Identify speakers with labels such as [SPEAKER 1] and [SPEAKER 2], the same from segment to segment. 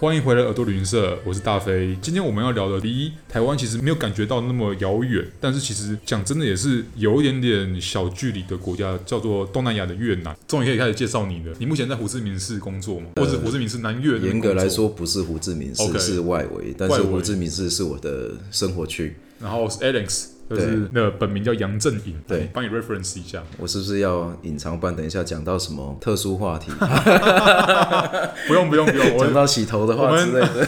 [SPEAKER 1] 欢迎回来耳朵旅行社，我是大飞。今天我们要聊的，第一，台湾其实没有感觉到那么遥远，但是其实讲真的也是有一点点小距离的国家，叫做东南亚的越南。终于可以开始介绍你了。你目前在胡志明市工作
[SPEAKER 2] 呃
[SPEAKER 1] 吗？或者胡志明市南越？
[SPEAKER 2] 严格来，说不是胡志明市
[SPEAKER 1] OK
[SPEAKER 2] 是外围，但
[SPEAKER 1] 外
[SPEAKER 2] 是
[SPEAKER 1] 围
[SPEAKER 2] 胡志明市是我的生活区。
[SPEAKER 1] 然后是 Alex，就是那本名叫杨振颖，
[SPEAKER 2] 对
[SPEAKER 1] 帮你 reference 一下。
[SPEAKER 2] 我是不是要隐藏版？等一下讲到什么特殊 话题，
[SPEAKER 1] 不用不用不用，我
[SPEAKER 2] 讲到洗头的
[SPEAKER 1] 我
[SPEAKER 2] 话
[SPEAKER 1] 们
[SPEAKER 2] 之类的，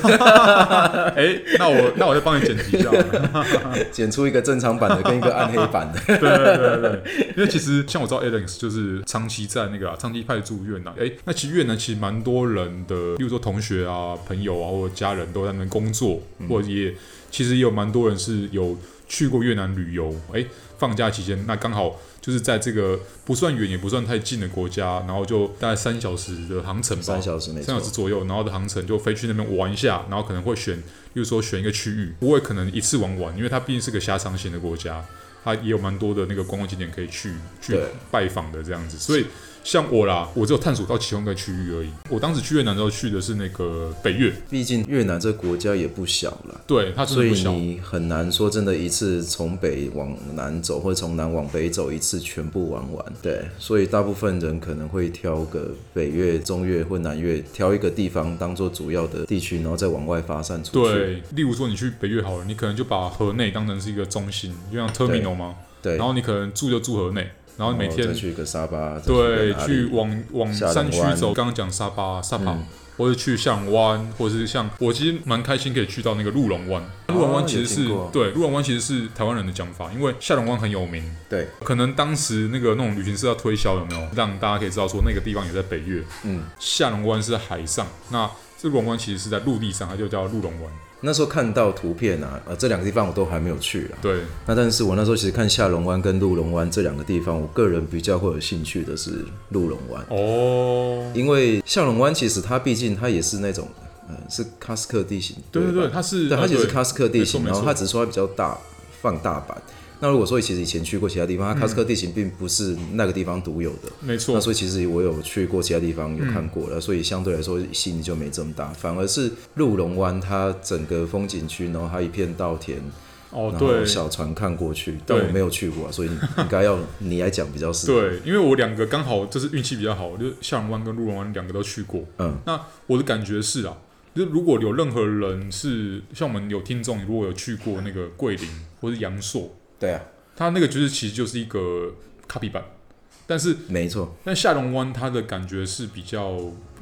[SPEAKER 1] 哎，那我那我再帮你剪辑一下好了。
[SPEAKER 2] 剪出一个正常版的跟一个暗黑版的。
[SPEAKER 1] 对对对对对， 因为其实像我知道 Alex 就是长期在那个、啊、长期派驻越南，哎，那其实越南其实蛮多人的，比如说同学啊、朋友啊或者家人都在那边工作，
[SPEAKER 2] 嗯
[SPEAKER 1] 或者也其实也有蛮多人是有去过越南旅游，哎，放假期间那刚好。就是在这个不算远也不算太近的国家，然后就大概三小时的航程吧，
[SPEAKER 2] 三小时没
[SPEAKER 1] 三
[SPEAKER 2] 错
[SPEAKER 1] 小，时左右，然后的航程就飞去那边玩一下，然后可能会选，例如说选一个区域，不会可能一次玩完，因为它毕竟是个狭长型的国家，它也有蛮多的那个观光景点可以去去
[SPEAKER 2] 对
[SPEAKER 1] 拜访的这样子，所以。像我啦，我只有探索到其中一个区域而已。我当时去越南的时候去的是那个北越，
[SPEAKER 2] 毕竟越南这国家也不小了。
[SPEAKER 1] 对，它真
[SPEAKER 2] 所
[SPEAKER 1] 的
[SPEAKER 2] 以
[SPEAKER 1] 不小，
[SPEAKER 2] 你很难说真的一次从北往南走，或者从南往北走一次全部玩完。对，所以大部分人可能会挑个北越、中越或南越，挑一个地方当做主要的地区，然后再往外发散出去。
[SPEAKER 1] 对，例如说你去北越好了，你可能就把河内当成是一个中心，就像 terminal 嘛，
[SPEAKER 2] 对，
[SPEAKER 1] 然后你可能住就住河内，然后
[SPEAKER 2] 然
[SPEAKER 1] 每
[SPEAKER 2] 后
[SPEAKER 1] 天
[SPEAKER 2] 再去一个沙巴，再
[SPEAKER 1] 对，
[SPEAKER 2] 个哪
[SPEAKER 1] 去
[SPEAKER 2] 里
[SPEAKER 1] 往往
[SPEAKER 2] 下龙嗯
[SPEAKER 1] 山区
[SPEAKER 2] 湾
[SPEAKER 1] 走，刚刚讲沙巴、沙巴，或者去向湾，或者是像我其实蛮开心可以去到那个鹿龙湾。鹿龙湾其实
[SPEAKER 2] 哦有
[SPEAKER 1] 是
[SPEAKER 2] 听过
[SPEAKER 1] 对鹿龙湾其实是台湾人的讲法，因为下龙湾很有名，
[SPEAKER 2] 对，
[SPEAKER 1] 可能当时那个那种旅行社要推销有没有，让大家可以知道说那个地方也在北越。
[SPEAKER 2] 嗯，
[SPEAKER 1] 下龙湾是海上，那这鹿龙湾其实是在陆地上，它就叫鹿龙湾。
[SPEAKER 2] 那时候看到图片啊，呃，这两个地方我都还没有去啊。
[SPEAKER 1] 对，
[SPEAKER 2] 那但是我那时候其实看下龙湾跟鹿龙湾这两个地方，我个人比较会有兴趣的是鹿龙湾。
[SPEAKER 1] 哦，
[SPEAKER 2] 因为下龙湾其实它毕竟它也是那种，呃，是喀斯克地形，
[SPEAKER 1] 对对
[SPEAKER 2] 对
[SPEAKER 1] 对，
[SPEAKER 2] 吧，
[SPEAKER 1] 它是啊
[SPEAKER 2] 对，它其实是
[SPEAKER 1] 对
[SPEAKER 2] 喀斯克地形，
[SPEAKER 1] 没错没
[SPEAKER 2] 然后
[SPEAKER 1] 错
[SPEAKER 2] 它只是说它比较大，放大版。那如果说其实以前去过其他地方，它喀斯克地形并不是那个地方独有的。
[SPEAKER 1] 没错
[SPEAKER 2] 那，所以其实我有去过其他地方，有看
[SPEAKER 1] 嗯
[SPEAKER 2] 过了，所以相对来说吸引力就没这么大，反而是鹿龙湾它整个风景区，然后它一片稻田，
[SPEAKER 1] 哦
[SPEAKER 2] 然
[SPEAKER 1] 对
[SPEAKER 2] 后，小船看过去，但
[SPEAKER 1] 对
[SPEAKER 2] 我没有去过啊、所以你应该要你来讲比较适 合。
[SPEAKER 1] 对，因为我两个刚好就是运气比较好，就是下龙湾跟鹿龙湾两个都去过。
[SPEAKER 2] 嗯，
[SPEAKER 1] 那我的感觉是啊，就是如果有任何人是像我们有听众，如果有去过那个桂林或是阳朔，
[SPEAKER 2] 对啊，
[SPEAKER 1] 它那个就是其实就是一个 copy 版，但是
[SPEAKER 2] 没错，
[SPEAKER 1] 但下龙湾它的感觉是比较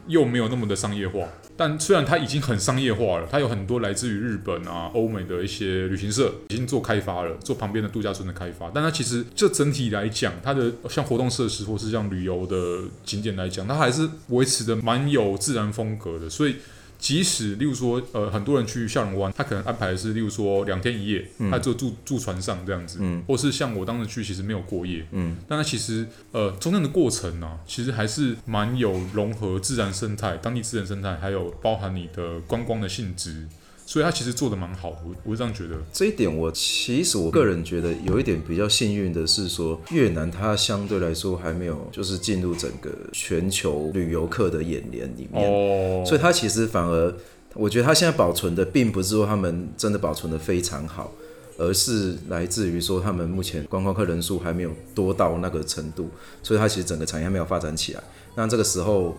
[SPEAKER 1] 又没有那么的商业化，但虽然它已经很商业化了，它有很多来自于日本啊、欧美的一些旅行社已经做开发了，做旁边的度假村的开发，但它其实这整体来讲，它的像活动设施或是像旅游的景点来讲，它还是维持的蛮有自然风格的，所以。即使例如说，呃，很多人去下龙湾，他可能安排的是例如说两天一夜，他就住住船上这样子，
[SPEAKER 2] 嗯
[SPEAKER 1] 或是像我当时去，其实没有过夜，
[SPEAKER 2] 嗯，
[SPEAKER 1] 但它其实呃中间的过程呢、啊其实还是蛮有融合自然生态、当地自然生态，还有包含你的观光的性质，所以它其实做的蛮好的，我我是这样觉得。
[SPEAKER 2] 这一点我其实我个人觉得有一点比较幸运的是说，越南它相对来说还没有就是进入整个全球旅游客的眼帘里面，
[SPEAKER 1] 哦，
[SPEAKER 2] 所以它其实反而我觉得它现在保存的并不是说他们真的保存的非常好。而是来自于说，他们目前观光客人数还没有多到那个程度，所以它其实整个产业还没有发展起来。那这个时候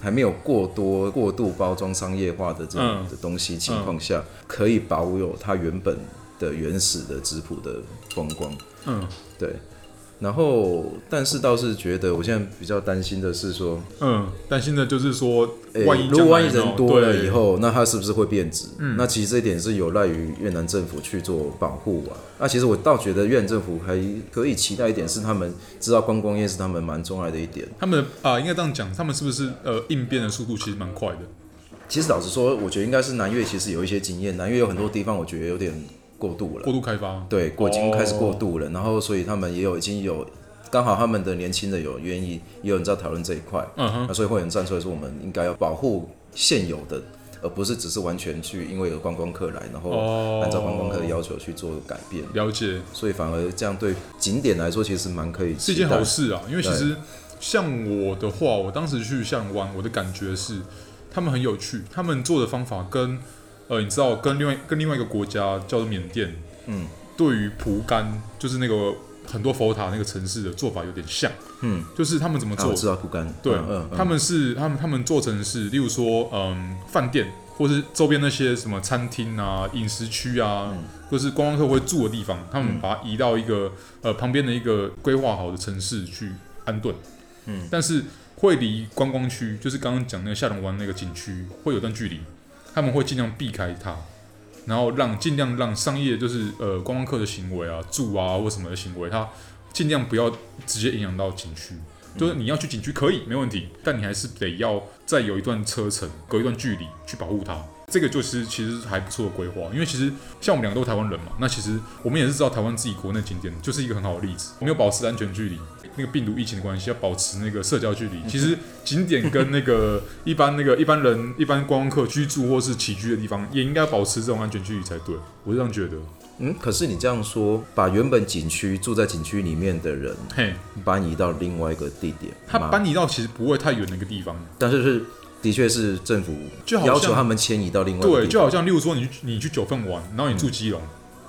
[SPEAKER 2] 还没有过多过度包装商业化的这种
[SPEAKER 1] 嗯
[SPEAKER 2] 的东西情况下，可以保有它原本的原始的质朴的风光。
[SPEAKER 1] 嗯
[SPEAKER 2] 对，然后但是倒是觉得我现在比较担心的是说，
[SPEAKER 1] 嗯，但现在就是说，
[SPEAKER 2] 诶
[SPEAKER 1] 万一
[SPEAKER 2] 如果万一
[SPEAKER 1] 将来有
[SPEAKER 2] 人多了
[SPEAKER 1] 对嗯
[SPEAKER 2] 以后，那它是不是会变质？那其实这一点是有赖于越南政府去做保护啊。那其实我倒觉得越南政府还可以期待一点，是他们知道观光业是他们蛮钟爱的一点。
[SPEAKER 1] 他们啊、应该这样讲，他们是不是呃应变的速度其实蛮快的？
[SPEAKER 2] 其实老实说，我觉得应该是南越其实有一些经验，南越有很多地方我觉得有点过度了
[SPEAKER 1] 过，度开发，
[SPEAKER 2] 对，过已经开始过
[SPEAKER 1] 哦
[SPEAKER 2] 度了，然后所以他们也有已经有。刚好他们的年轻人有愿意，也有人在讨论这一块，
[SPEAKER 1] 嗯哼，
[SPEAKER 2] 那所以会有人站出来说，我们应该要保护现有的，而不是只是完全去因为有观光客来，然后
[SPEAKER 1] 哦，
[SPEAKER 2] 按照观光客的要求去做改变。
[SPEAKER 1] 了解，
[SPEAKER 2] 所以反而这样对景点来说，其实蛮可以
[SPEAKER 1] 是一
[SPEAKER 2] 期
[SPEAKER 1] 件好
[SPEAKER 2] 待。
[SPEAKER 1] 事啊，因为其实像我的话，我当时去象湾，我的感觉是，他们很有趣，他们做的方法跟呃，你知道跟另外跟另外一个国家叫做缅甸，
[SPEAKER 2] 嗯，
[SPEAKER 1] 对于蒲甘就是那个很多佛塔那个城市的做法有点像，
[SPEAKER 2] 嗯，
[SPEAKER 1] 就是他们怎么
[SPEAKER 2] 啊，
[SPEAKER 1] 做
[SPEAKER 2] 我，知道不干，
[SPEAKER 1] 对
[SPEAKER 2] 嗯嗯，嗯
[SPEAKER 1] 他们是他们他们做成是，例如说，嗯，饭店或是周边那些什么餐厅啊、饮食区啊，
[SPEAKER 2] 嗯
[SPEAKER 1] 或是观光客会住的地方，他们
[SPEAKER 2] 嗯
[SPEAKER 1] 把它移到一个呃旁边的一个规划好的城市去安顿。
[SPEAKER 2] 嗯，
[SPEAKER 1] 但是会离观光区，就是刚刚讲那个下龙湾那个景区，会有段距离，他们会尽量避开它。然后让尽量让商业就是呃观光客的行为啊住啊或什么的行为，它尽量不要直接影响到景区。就是你要去景区可以没问题，但你还是得要再有一段车程，隔一段距离去保护它。这个就是其实还不错的规划，因为其实像我们两个都是台湾人嘛，那其实我们也是知道台湾自己国内景点就是一个很好的例子。我们要保持安全距离，那个病毒疫情的关系要保持那个社交距离。其实景点跟那个一般那个一般人一般观光客居住或是起居的地方，也应该保持这种安全距离才对。我是这样觉得。
[SPEAKER 2] 嗯，可是你这样说，把原本景区住在景区里面的人
[SPEAKER 1] 嘿，
[SPEAKER 2] 搬移到另外一个地点，
[SPEAKER 1] 他
[SPEAKER 2] 嘛
[SPEAKER 1] 搬移到其实不会太远的一个地方，
[SPEAKER 2] 但是是的确是政府
[SPEAKER 1] 就好像
[SPEAKER 2] 要求他们迁移到另外一个
[SPEAKER 1] 对，
[SPEAKER 2] 地
[SPEAKER 1] 就
[SPEAKER 2] 方嗯
[SPEAKER 1] 好像例如说你去你去九份玩，然后你住基隆、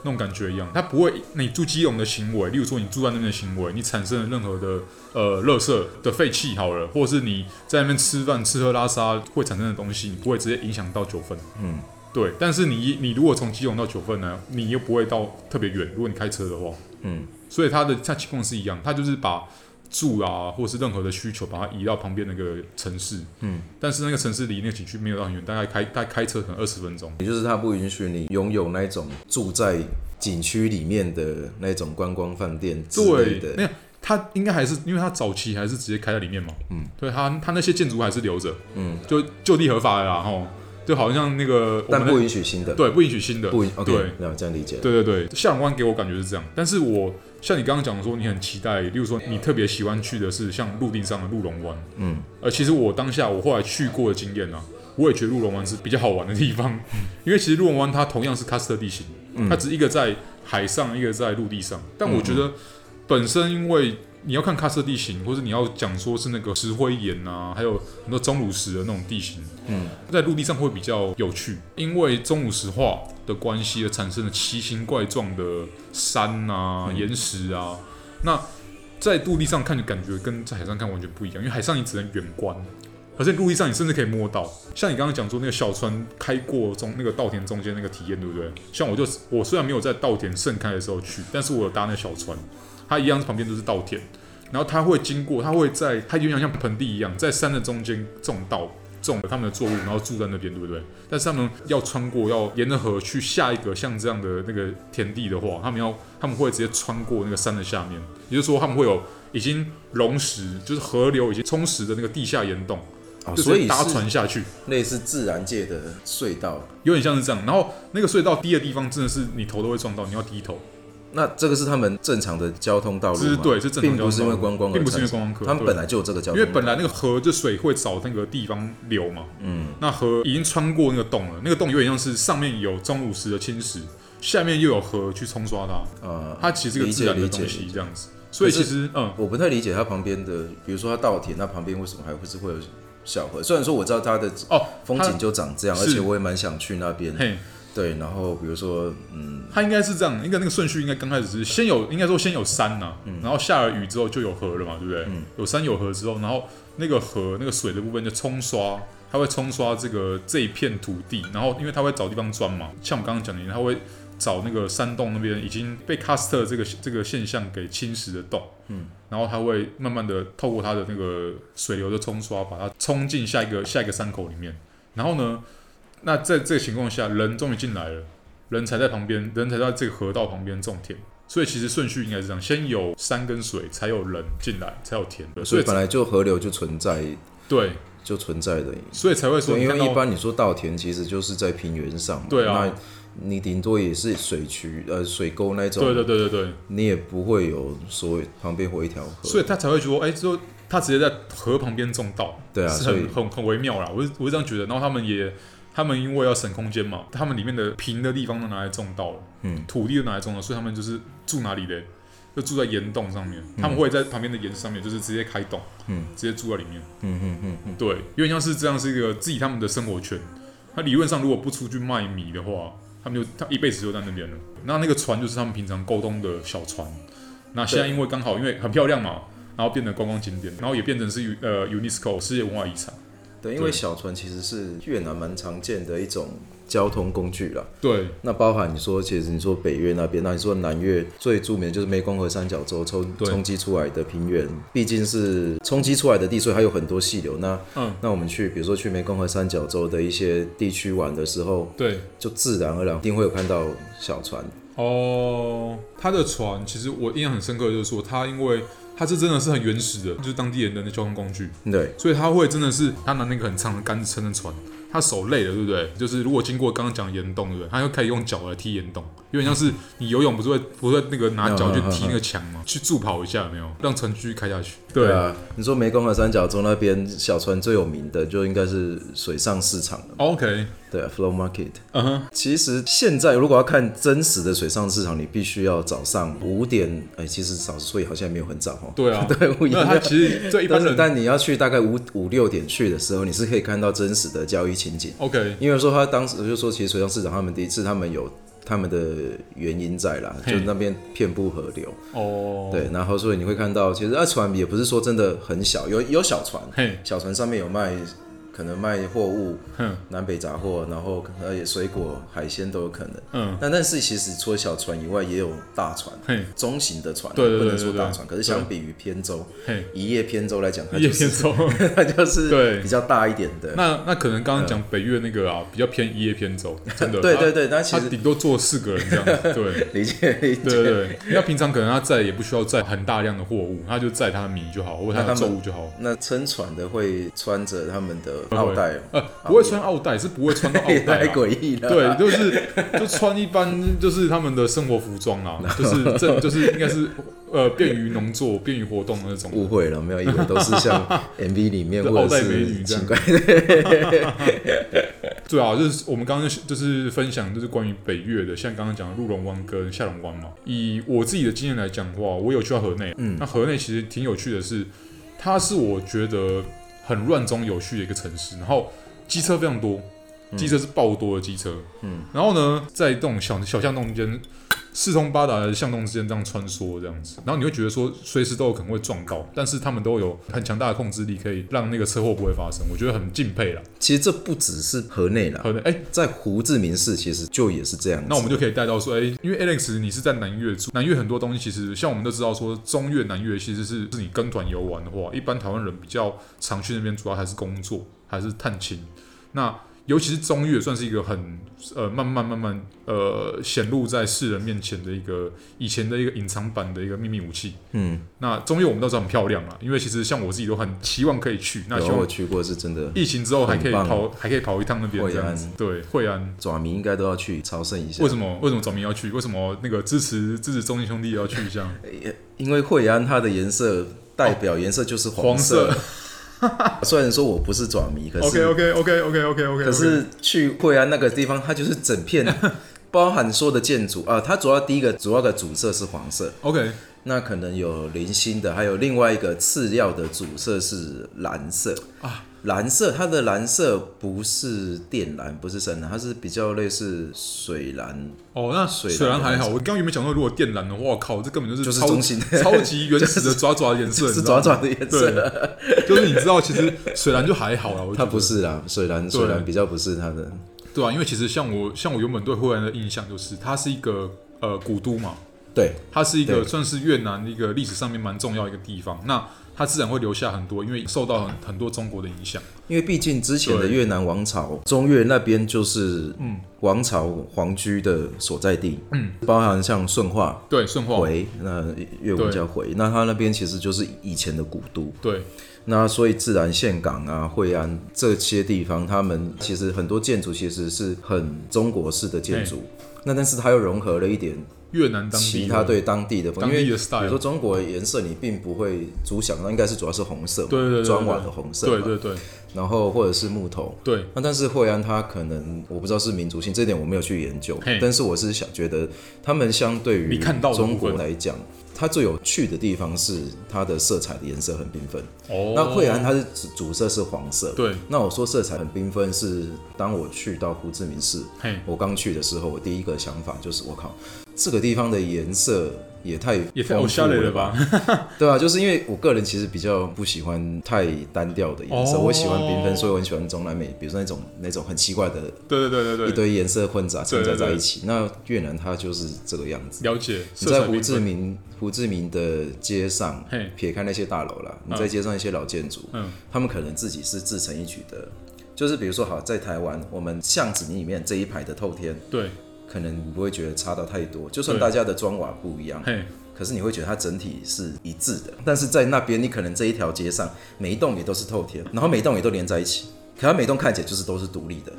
[SPEAKER 1] 那种感觉一样，他不会你住基隆的行为，例如说你住在那边的行为，你产生了任何的呃垃圾的废气好了，或者是你在那边吃饭吃喝拉撒会产生的东西，你不会直接影响到九份。
[SPEAKER 2] 嗯，
[SPEAKER 1] 对。但是你你如果从基隆到九份呢，你又不会到特别远，如果你开车的话，
[SPEAKER 2] 嗯，
[SPEAKER 1] 所以它的它情况是一样，它就是把。住啊，或是任何的需求，把它移到旁边那个城市。
[SPEAKER 2] 嗯，
[SPEAKER 1] 但是那个城市离那个景区没有到很远，大概开 大概开车可能二十分钟。
[SPEAKER 2] 也就是他不允许你拥有那种住在景区里面的那种观光饭店之类
[SPEAKER 1] 对，
[SPEAKER 2] 的。
[SPEAKER 1] 那他应该还是因为他早期还是直接开在里面嘛，
[SPEAKER 2] 嗯，
[SPEAKER 1] 对他他那些建筑还是留着，
[SPEAKER 2] 嗯，
[SPEAKER 1] 就就地合法的啦，吼，就好像那个我
[SPEAKER 2] 但
[SPEAKER 1] 们
[SPEAKER 2] 不
[SPEAKER 1] 的
[SPEAKER 2] 允许新的，
[SPEAKER 1] 对不允许新的，
[SPEAKER 2] 不允 OK，
[SPEAKER 1] 对
[SPEAKER 2] 那我这样理解了。
[SPEAKER 1] 对对对，下龙湾给我感觉是这样，但是我像你刚刚讲的说你很期待，例如说你特别喜欢去的是像陆地上的鹿龙湾，
[SPEAKER 2] 嗯，
[SPEAKER 1] 呃，其实我当下我后来去过的经验啊，我也觉得鹿龙湾是比较好玩的地 方，因为其实鹿龙湾它同样是喀斯特地形，
[SPEAKER 2] 嗯
[SPEAKER 1] 它只是一个在海上，一个在陆地上。但我觉
[SPEAKER 2] 嗯
[SPEAKER 1] 得本身因为你要看喀斯特地形，或者你要讲说是那个石灰岩啊，还有很多钟乳石的那种地形，
[SPEAKER 2] 嗯，
[SPEAKER 1] 在陆地上会比较有趣，因为钟乳石化的关系而产生了奇形怪状的山啊、
[SPEAKER 2] 嗯
[SPEAKER 1] 岩石啊，那。在陆地上看的感觉跟在海上看完全不一样，因为海上你只能远观，而且陆地上你甚至可以摸到。像你刚刚讲说那个小船开过中那个稻田中间那个体验，对不对？像我就我虽然没有在稻田盛开的时候去，但是我有搭那个小船，它一样是旁边都是稻田，然后它会经过，它会在它有点像盆地一样，在山的中间种稻。种了他们的作物，然后住在那边，对不对？但是他们要穿过，要沿着河去下一个像这样的那个田地的话，他们要他们会直接穿过那个山的下面，也就是说他们会有已经溶蚀，就是河流已经充实的那个地下岩洞，
[SPEAKER 2] 哦，
[SPEAKER 1] 就
[SPEAKER 2] 所
[SPEAKER 1] 是
[SPEAKER 2] 以
[SPEAKER 1] 搭
[SPEAKER 2] 是
[SPEAKER 1] 船下去，
[SPEAKER 2] 类似自然界的隧道。
[SPEAKER 1] 有点像是这样。然后那个隧道低的地方真的是你头都会撞到，你要低头。
[SPEAKER 2] 那这个是他们正常的交通道路
[SPEAKER 1] 这是
[SPEAKER 2] 吗
[SPEAKER 1] 对，是正常
[SPEAKER 2] 并
[SPEAKER 1] 交通道路，
[SPEAKER 2] 不是因为观光而
[SPEAKER 1] 并不是因为
[SPEAKER 2] 产
[SPEAKER 1] 观光客，
[SPEAKER 2] 生他们
[SPEAKER 1] 对
[SPEAKER 2] 本来就有这个交
[SPEAKER 1] 因为
[SPEAKER 2] 通道，
[SPEAKER 1] 本来那个河就水会找那个地方流嘛，
[SPEAKER 2] 嗯
[SPEAKER 1] 那河已经穿过那个洞了，那个洞有点像是上面有钟乳石的侵蚀，下面又有河去冲刷它，
[SPEAKER 2] 呃，
[SPEAKER 1] 它其实是个
[SPEAKER 2] 理
[SPEAKER 1] 自
[SPEAKER 2] 解
[SPEAKER 1] 然的
[SPEAKER 2] 理解
[SPEAKER 1] 东
[SPEAKER 2] 理
[SPEAKER 1] 西
[SPEAKER 2] 解
[SPEAKER 1] 这样子。所以
[SPEAKER 2] 可是
[SPEAKER 1] 其实嗯，
[SPEAKER 2] 我不太理解它旁边的，比如说它稻田，那旁边为什么还会是会有小河？虽然说我知道它的
[SPEAKER 1] 哦，
[SPEAKER 2] 风
[SPEAKER 1] 它
[SPEAKER 2] 景就长这样，
[SPEAKER 1] 是
[SPEAKER 2] 而且我也蛮想去那边。
[SPEAKER 1] 嘿，
[SPEAKER 2] 对，然后比如说，嗯，
[SPEAKER 1] 它应该是这样，应该那个顺序应该刚开始是先有，应该说先有山呐、
[SPEAKER 2] 嗯
[SPEAKER 1] 然后下了雨之后就有河了嘛，对不对？有山有河之后，然后那个河那个水的部分就冲刷，它会冲刷这个这一片土地，然后因为它会找地方钻嘛，像我刚刚讲的，它会找那个山洞那边已经被喀斯特这个这个现象给侵蚀的洞，
[SPEAKER 2] 嗯，
[SPEAKER 1] 然后它会慢慢的透过它的那个水流的冲刷，把它冲进下一个下一个山口里面，然后呢，那在这个情况下，人终于进来了。人才在旁边，人才在这个河道旁边种田，所以其实顺序应该是这样：先有山跟水，才有人进来，才有田的。
[SPEAKER 2] 所
[SPEAKER 1] 所
[SPEAKER 2] 以
[SPEAKER 1] 以
[SPEAKER 2] 本来就河流就存在，
[SPEAKER 1] 对，
[SPEAKER 2] 就存在的。
[SPEAKER 1] 所以才会说
[SPEAKER 2] 对，
[SPEAKER 1] 你
[SPEAKER 2] 因
[SPEAKER 1] 看
[SPEAKER 2] 为
[SPEAKER 1] 到
[SPEAKER 2] 一般你说稻田其实就是在平原上嘛，
[SPEAKER 1] 对啊
[SPEAKER 2] 那你顶多也是水渠、呃水沟那种，
[SPEAKER 1] 对对对对对，
[SPEAKER 2] 你也不会有所谓旁边会有一条河，
[SPEAKER 1] 所以他才会说，哎、就他直接在河旁边种稻，
[SPEAKER 2] 对啊，
[SPEAKER 1] 是
[SPEAKER 2] 所以
[SPEAKER 1] 很很很微妙啦。我是我是这样觉得。然后他们也，他们因为要省空间嘛，他们里面的平的地方都拿来种稻了，
[SPEAKER 2] 嗯，
[SPEAKER 1] 土地都拿来种了，所以他们就是住哪里嘞？就住在岩洞上面，他们会在旁边的岩上面，就是直接开洞，
[SPEAKER 2] 嗯，
[SPEAKER 1] 直接住在里面。
[SPEAKER 2] 嗯嗯嗯嗯，
[SPEAKER 1] 对，有点像是这样是一个自己他们的生活圈。他理论上如果不出去卖米的话，他们就他一辈子就在那边了。那那个船就是他们平常沟通的小船。那现在因为刚好因为很漂亮嘛，然后变成观光景点，然后也变成是 U 呃 UNESCO 世界文化遗产。
[SPEAKER 2] 对，因为小船其实是越南蛮常见的一种交通工具啦。
[SPEAKER 1] 对，
[SPEAKER 2] 那包含你说，其实你说北越那边，那你说南越最著名的就是湄公河三角洲冲
[SPEAKER 1] 对
[SPEAKER 2] 冲击出来的平原，毕竟是冲击出来的地，所以还有很多细流。那
[SPEAKER 1] 嗯，
[SPEAKER 2] 那我们去，比如说去湄公河三角洲的一些地区玩的时候，
[SPEAKER 1] 对，
[SPEAKER 2] 就自然而然一定会有看到小船。
[SPEAKER 1] 哦，他的船其实我印象很深刻，就是说他因为他是真的是很原始的，就是当地人的交通工具，
[SPEAKER 2] 对，
[SPEAKER 1] 所以他会真的是他拿那个很长的杆子撑着船，他手累了，对不对？就是如果经过刚刚讲的岩洞，对不对？他又开始用脚来踢岩洞，有点像是你游泳不是会不是会那个拿脚去踢那个墙吗？去助跑一下，有没有让船继续开下去？对啊。
[SPEAKER 2] 啊，你说湄公河三角洲那边小船最有名的就应该是水上市场了，
[SPEAKER 1] 哦 OK，
[SPEAKER 2] 对、啊、，Flow Market。
[SPEAKER 1] 嗯哼，
[SPEAKER 2] 其实现在如果要看真实的水上市场，你必须要早上五点，哎，其实早，所以好像也没有很早哦。
[SPEAKER 1] 对啊，
[SPEAKER 2] 对，不一
[SPEAKER 1] 那他
[SPEAKER 2] 样。
[SPEAKER 1] 其实对一
[SPEAKER 2] 但
[SPEAKER 1] 般
[SPEAKER 2] 是
[SPEAKER 1] 人
[SPEAKER 2] 但你要去大概五五六点去的时候，你是可以看到真实的交易情景。
[SPEAKER 1] OK，
[SPEAKER 2] 因为说他当时就说，其实水上市场他们第一次他们有他们的原因在啦，
[SPEAKER 1] 嘿
[SPEAKER 2] 就那边遍布河流，
[SPEAKER 1] 哦，，
[SPEAKER 2] 对，然后所以你会看到，其实那啊船也不是说真的很小，有有小船，
[SPEAKER 1] 嘿，
[SPEAKER 2] 小船上面有卖可能卖货物，
[SPEAKER 1] 哼，
[SPEAKER 2] 南北杂货，然后可能也水果、海鲜都有可能。
[SPEAKER 1] 嗯，
[SPEAKER 2] 那但是其实除了小船以外，也有大船。
[SPEAKER 1] 嘿，
[SPEAKER 2] 中型的船，
[SPEAKER 1] 对对对
[SPEAKER 2] 不能说
[SPEAKER 1] 对对
[SPEAKER 2] 大船，可是相比于扁舟，
[SPEAKER 1] 嘿，
[SPEAKER 2] 一叶扁舟来讲，它
[SPEAKER 1] 叶
[SPEAKER 2] 就
[SPEAKER 1] 片
[SPEAKER 2] 是
[SPEAKER 1] 走。
[SPEAKER 2] 它就是
[SPEAKER 1] 对
[SPEAKER 2] 比较大一点的。
[SPEAKER 1] 那那可能刚刚讲北越那个啊，比较偏一叶偏走，真的。
[SPEAKER 2] 对
[SPEAKER 1] 他
[SPEAKER 2] 对对，那其
[SPEAKER 1] 他
[SPEAKER 2] 实
[SPEAKER 1] 顶多坐四个人这样子。对
[SPEAKER 2] 理解理 解。
[SPEAKER 1] 对对对，那平常可能他载也不需要载很大量的货物，他就载他的米就好，或者他
[SPEAKER 2] 那
[SPEAKER 1] 的
[SPEAKER 2] 他
[SPEAKER 1] 重
[SPEAKER 2] 们啊
[SPEAKER 1] 物就好。
[SPEAKER 2] 那撑船的会穿着他们的
[SPEAKER 1] 会
[SPEAKER 2] 奥带哦，
[SPEAKER 1] 呃，不会穿奥带，是不会穿到奥
[SPEAKER 2] 也
[SPEAKER 1] 带
[SPEAKER 2] 太
[SPEAKER 1] 啊。
[SPEAKER 2] 诡异了。
[SPEAKER 1] 对，就是就穿一般就是他们的生活服装啦，就是这就是应该是呃便于农作、便于活动的那种。
[SPEAKER 2] 误会了，没有，以为都是 像 MV 里面
[SPEAKER 1] 对
[SPEAKER 2] 或
[SPEAKER 1] 奥
[SPEAKER 2] 者
[SPEAKER 1] 黛美女
[SPEAKER 2] 是
[SPEAKER 1] 这
[SPEAKER 2] 奇
[SPEAKER 1] 样
[SPEAKER 2] 怪。
[SPEAKER 1] 对啊，就是我们刚刚就是分享，就是关于北越的，像刚刚讲的鹿龙湾跟下龙湾嘛。以我自己的经验来讲的话，我有去到河内，嗯，那河内其实挺有趣的是，它是我觉得很乱中有序的一个城市，然后机车非常多，机车是爆多的机车，
[SPEAKER 2] 嗯，
[SPEAKER 1] 然后呢，在这种小小巷弄间。四通八达的巷弄之间这样穿梭，这样子，然后你会觉得说随时都有可能会撞到，但是他们都有很强大的控制力，可以让那个车祸不会发生，我觉得很敬佩啦。
[SPEAKER 2] 其实这不只是河内啦，
[SPEAKER 1] 河内，哎、
[SPEAKER 2] 在胡志明市其实就也是这样子。
[SPEAKER 1] 那我们就可以带到说，哎、因为 Alex 你是在南越住，南越很多东西其实像我们都知道说，中越、南越其实是是你跟团游玩的话，一般台湾人比较常去那边，主要还是工作还是探亲。那尤其是中越，算是一个很呃慢慢慢慢呃显露在世人面前的一个以前的一个隐藏版的一个秘密武器。
[SPEAKER 2] 嗯，
[SPEAKER 1] 那中越我们都知道很漂亮啊，因为其实像我自己都很期望可以去，那希
[SPEAKER 2] 有我
[SPEAKER 1] 望
[SPEAKER 2] 去过是真的，
[SPEAKER 1] 疫情之后还可以
[SPEAKER 2] 哦很棒
[SPEAKER 1] 跑还可以跑一趟那边这样子。对，惠安。
[SPEAKER 2] 爪迷应该都要去朝圣一下
[SPEAKER 1] 为。什么为什么早明要去？为什么那个支持支持中信兄弟也要去一下？
[SPEAKER 2] 因为惠安它的颜色代表颜色就是
[SPEAKER 1] 黄
[SPEAKER 2] 色，
[SPEAKER 1] 色。
[SPEAKER 2] 虽然说我不是爪 迷，可是
[SPEAKER 1] OK OK OK OK OK OK。
[SPEAKER 2] 可是去惠安那个地方，它就是整 片包含所有的建筑啊，它主要第一个主要的主色是黄色，
[SPEAKER 1] OK
[SPEAKER 2] 那可能有零星的，还有另外一个次要的主色是蓝色
[SPEAKER 1] 啊。
[SPEAKER 2] 蓝色，它的蓝色不是靛蓝，不是深蓝，它是比较类似水蓝，
[SPEAKER 1] 哦，那
[SPEAKER 2] 水
[SPEAKER 1] 水蓝
[SPEAKER 2] 蓝
[SPEAKER 1] 还好。
[SPEAKER 2] 颜
[SPEAKER 1] 我刚原本想说，如果电蓝的话，我靠，这根本
[SPEAKER 2] 就是
[SPEAKER 1] 超
[SPEAKER 2] 中性
[SPEAKER 1] 超级原 始的爪爪的颜色，
[SPEAKER 2] 是
[SPEAKER 1] 你知道
[SPEAKER 2] 爪
[SPEAKER 1] 吗
[SPEAKER 2] 爪的颜色。
[SPEAKER 1] 对，就是你知道，其实水蓝就还好啦，我觉
[SPEAKER 2] 它
[SPEAKER 1] 得
[SPEAKER 2] 不是啦，水蓝
[SPEAKER 1] 对
[SPEAKER 2] 水蓝比较不是它的，
[SPEAKER 1] 对啊，因为其实像我像我原本对惠安的印象就是，它是一个呃古都嘛，
[SPEAKER 2] 对，
[SPEAKER 1] 它是一个
[SPEAKER 2] 对
[SPEAKER 1] 算是越南的一个历史上面蛮重要的一个地方。那它自然会留下很多，因为受到很很多中国的影响。
[SPEAKER 2] 因为毕竟之前的
[SPEAKER 1] 对
[SPEAKER 2] 越南王朝，中越那边就是王朝皇居的所在地，
[SPEAKER 1] 嗯，哦
[SPEAKER 2] 包含像顺化、
[SPEAKER 1] 对，顺化，
[SPEAKER 2] 回，那越文叫回，那它那边其实就是以前的古都，
[SPEAKER 1] 对，
[SPEAKER 2] 那所以自然岘港啊、惠安这些地方，他们其实很多建筑其实是很中国式的建筑。那但是它又融合了一点
[SPEAKER 1] 越南当地的
[SPEAKER 2] 其他对当地的风，
[SPEAKER 1] 当
[SPEAKER 2] 因为
[SPEAKER 1] 地的
[SPEAKER 2] 比
[SPEAKER 1] style，
[SPEAKER 2] 如说中国的颜色你并不会主想，那应该是主要是红色嘛，
[SPEAKER 1] 对对对对
[SPEAKER 2] 砖瓦的红色嘛，
[SPEAKER 1] 对对对
[SPEAKER 2] 然后或者是木头，
[SPEAKER 1] 对，
[SPEAKER 2] 那但是惠安它可能我不知道是民族性，这点我没有去研究
[SPEAKER 1] 嘿，
[SPEAKER 2] 但是我是想觉得他们相对于
[SPEAKER 1] 你看到的部分
[SPEAKER 2] 中国来讲，它最有趣的地方是它的色彩的颜色很缤纷。
[SPEAKER 1] 哦，
[SPEAKER 2] 那惠安它是主主色是黄色，
[SPEAKER 1] 对，
[SPEAKER 2] 那我说色彩很缤纷是当我去到胡志明市，
[SPEAKER 1] 嘿，
[SPEAKER 2] 我刚去的时候，我第一个想法就是我靠，这个地方的颜色也太
[SPEAKER 1] 也太
[SPEAKER 2] 丰
[SPEAKER 1] 哦
[SPEAKER 2] 富
[SPEAKER 1] 吓人了
[SPEAKER 2] 了
[SPEAKER 1] 吧？？
[SPEAKER 2] 对啊，就是因为我个人其实比较不喜欢太单调的颜色，
[SPEAKER 1] 哦
[SPEAKER 2] 我喜欢缤纷，所以我很喜欢中南美，比如说那种那种很奇怪的
[SPEAKER 1] 对对对对
[SPEAKER 2] 一
[SPEAKER 1] 对，
[SPEAKER 2] 堆颜色混杂
[SPEAKER 1] 对
[SPEAKER 2] 掺
[SPEAKER 1] 对
[SPEAKER 2] 杂
[SPEAKER 1] 对
[SPEAKER 2] 在一起。那越南它就是这个样子。
[SPEAKER 1] 了解。
[SPEAKER 2] 你
[SPEAKER 1] 色
[SPEAKER 2] 在
[SPEAKER 1] 彩
[SPEAKER 2] 胡
[SPEAKER 1] 缤
[SPEAKER 2] 志
[SPEAKER 1] 纷，
[SPEAKER 2] 明胡志明的街上
[SPEAKER 1] 嘿，
[SPEAKER 2] 撇开那些大楼啦，你在街上一些老建筑，
[SPEAKER 1] 嗯，
[SPEAKER 2] 他们可能自己是自成一局的。就是比如说，好，在台湾，我们巷子里面这一排的透天，
[SPEAKER 1] 对，
[SPEAKER 2] 可能你不会觉得差到太多，就算
[SPEAKER 1] 对
[SPEAKER 2] 大家的砖瓦不一样，
[SPEAKER 1] 嘿，
[SPEAKER 2] 可是你会觉得它整体是一致的。但是在那边，你可能这一条街上每一栋也都是透天，然后每一栋也都连在一起，可它每栋看起来就是都是独立 的。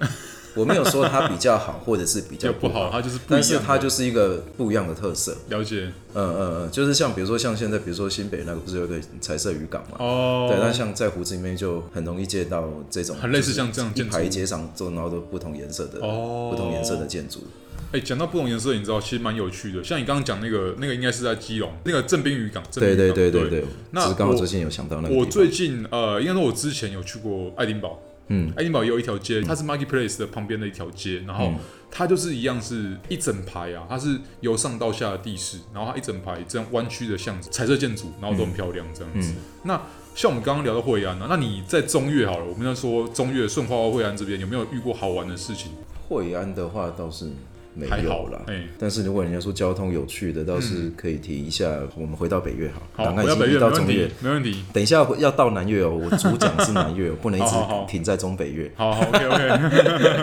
[SPEAKER 2] 我没有说它比较好，或者是比较
[SPEAKER 1] 就不好，
[SPEAKER 2] 好，
[SPEAKER 1] 它就是不一
[SPEAKER 2] 但
[SPEAKER 1] 样
[SPEAKER 2] 是
[SPEAKER 1] 的。
[SPEAKER 2] 它就是一个不一样的特色。
[SPEAKER 1] 了解
[SPEAKER 2] 嗯嗯嗯，就是像比如说像现在，比如说新北那个不是有一个彩色渔港嘛？
[SPEAKER 1] 哦，
[SPEAKER 2] 对，但像在胡子里面就很容易见到这种，
[SPEAKER 1] 很类似像这样
[SPEAKER 2] 就是
[SPEAKER 1] 建
[SPEAKER 2] 一
[SPEAKER 1] 筑
[SPEAKER 2] 排街上都然后都不同颜色的、
[SPEAKER 1] 哦，
[SPEAKER 2] 不同颜色的建筑。
[SPEAKER 1] 哎，讲到不同颜色，你知道其实蛮有趣的。像你刚刚讲那个，那个应该是在基隆那个正滨渔港。正滨
[SPEAKER 2] 对
[SPEAKER 1] 渔港
[SPEAKER 2] 对对对
[SPEAKER 1] 对。
[SPEAKER 2] 对，
[SPEAKER 1] 那
[SPEAKER 2] 只是刚好
[SPEAKER 1] 我
[SPEAKER 2] 最近有想到那个地方。
[SPEAKER 1] 我最近呃，应该说我之前有去过爱丁堡，
[SPEAKER 2] 嗯，
[SPEAKER 1] 爱丁堡也有一条街，它是 Marketplace 的旁边的一条街，然后
[SPEAKER 2] 嗯
[SPEAKER 1] 它就是一样是一整排啊，它是由上到下的地势，然后它一整排这样弯曲的巷子，彩色建筑，然后都很漂亮这样
[SPEAKER 2] 嗯
[SPEAKER 1] 子。那像我们刚刚聊到惠安啊，那你在中越好了，我们要说中越顺化到惠安这边有没有遇过好玩的事情？
[SPEAKER 2] 惠安的话倒是没
[SPEAKER 1] 还好
[SPEAKER 2] 有啦。
[SPEAKER 1] 哎、嗯
[SPEAKER 2] 但是如果人家说交通有趣的，倒是可以提一下。我们回到北越好，
[SPEAKER 1] 好，
[SPEAKER 2] 两
[SPEAKER 1] 我
[SPEAKER 2] 岸已
[SPEAKER 1] 要北越没
[SPEAKER 2] 经到
[SPEAKER 1] 问
[SPEAKER 2] 中
[SPEAKER 1] 题
[SPEAKER 2] 越，，
[SPEAKER 1] 没问题。
[SPEAKER 2] 等一下要到南越哦。我主讲是南 越，我不能一直
[SPEAKER 1] 好好好
[SPEAKER 2] 停在中北越。
[SPEAKER 1] 好好，OK OK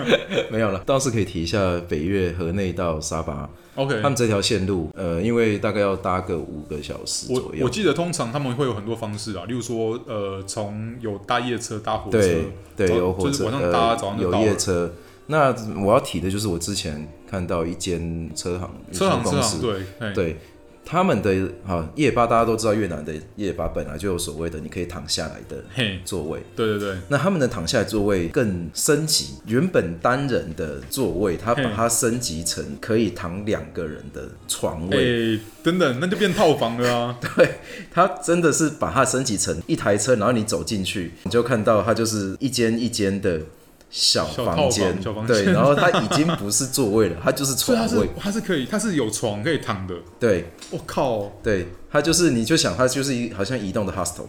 [SPEAKER 2] 没有了，倒是可以提一下北越河内到沙巴，他
[SPEAKER 1] OK
[SPEAKER 2] 们。这条线路，呃，因为大概要搭个五个小时
[SPEAKER 1] 我
[SPEAKER 2] 左
[SPEAKER 1] 我
[SPEAKER 2] 右。
[SPEAKER 1] 记得通常他们会有很多方式啊，例如说，呃，从有搭夜车、搭火车
[SPEAKER 2] 对，对，
[SPEAKER 1] 早
[SPEAKER 2] 有火
[SPEAKER 1] 就是
[SPEAKER 2] 车，
[SPEAKER 1] 晚上搭
[SPEAKER 2] 呃
[SPEAKER 1] 早上就
[SPEAKER 2] 有
[SPEAKER 1] 到
[SPEAKER 2] 夜
[SPEAKER 1] 了
[SPEAKER 2] 车。那我要提的就是我之前看到一间车行，
[SPEAKER 1] 车行
[SPEAKER 2] 公
[SPEAKER 1] 车
[SPEAKER 2] 司
[SPEAKER 1] 行，对，哎
[SPEAKER 2] 对，他们的啊夜吧，大家都知道越南的夜吧本来就有所谓的你可以躺下来的
[SPEAKER 1] 嘿，
[SPEAKER 2] 座位。
[SPEAKER 1] 对对对，
[SPEAKER 2] 那他们的躺下来座位更升级，原本单人的座位，他
[SPEAKER 1] 嘿
[SPEAKER 2] 把它升级成可以躺两个人的床
[SPEAKER 1] 哎、
[SPEAKER 2] 位。
[SPEAKER 1] 等等，那就变套房了 啊！
[SPEAKER 2] 他真的是把它升级成一台车，然后你走进去，你就看到它就是一间一间的小
[SPEAKER 1] 小套
[SPEAKER 2] 房
[SPEAKER 1] 房
[SPEAKER 2] 间，
[SPEAKER 1] 小房
[SPEAKER 2] 对，
[SPEAKER 1] 间
[SPEAKER 2] 然后它已经不是座位了，它就是
[SPEAKER 1] 所以它
[SPEAKER 2] 床
[SPEAKER 1] 是
[SPEAKER 2] 位，
[SPEAKER 1] 它是可以，它是有床可以躺的。
[SPEAKER 2] 对。
[SPEAKER 1] 我、靠，
[SPEAKER 2] 对，它就是你就想它就是一好像移动的 hostel，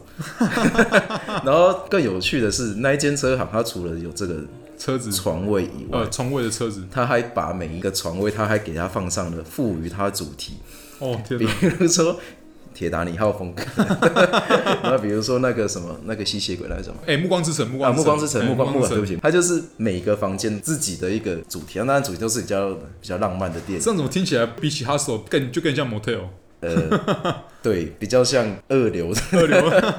[SPEAKER 2] 然后更有趣的是那一间车行，它除了有这个
[SPEAKER 1] 车子
[SPEAKER 2] 床位以外
[SPEAKER 1] 呃，，床位的车子。
[SPEAKER 2] 它还把每一个床位，它还给它放上了赋予它主题，
[SPEAKER 1] 哦天
[SPEAKER 2] 比
[SPEAKER 1] 哪，
[SPEAKER 2] 如说铁达尼号风格， 那比如说那个什么那个吸血鬼那种。
[SPEAKER 1] 哎、暮光之城，暮
[SPEAKER 2] 啊，
[SPEAKER 1] 光
[SPEAKER 2] 暮光之
[SPEAKER 1] 哎
[SPEAKER 2] 城，暮
[SPEAKER 1] 暮
[SPEAKER 2] 光暮
[SPEAKER 1] 之
[SPEAKER 2] 光，对不
[SPEAKER 1] 城，
[SPEAKER 2] 起，它就是每个房间自己的一个主题，啊当然主题都是比较比较浪漫的电影
[SPEAKER 1] 这，样怎么听起来比起 hustle 更就更像 motel
[SPEAKER 2] 对，比较像二流的，
[SPEAKER 1] 二 流？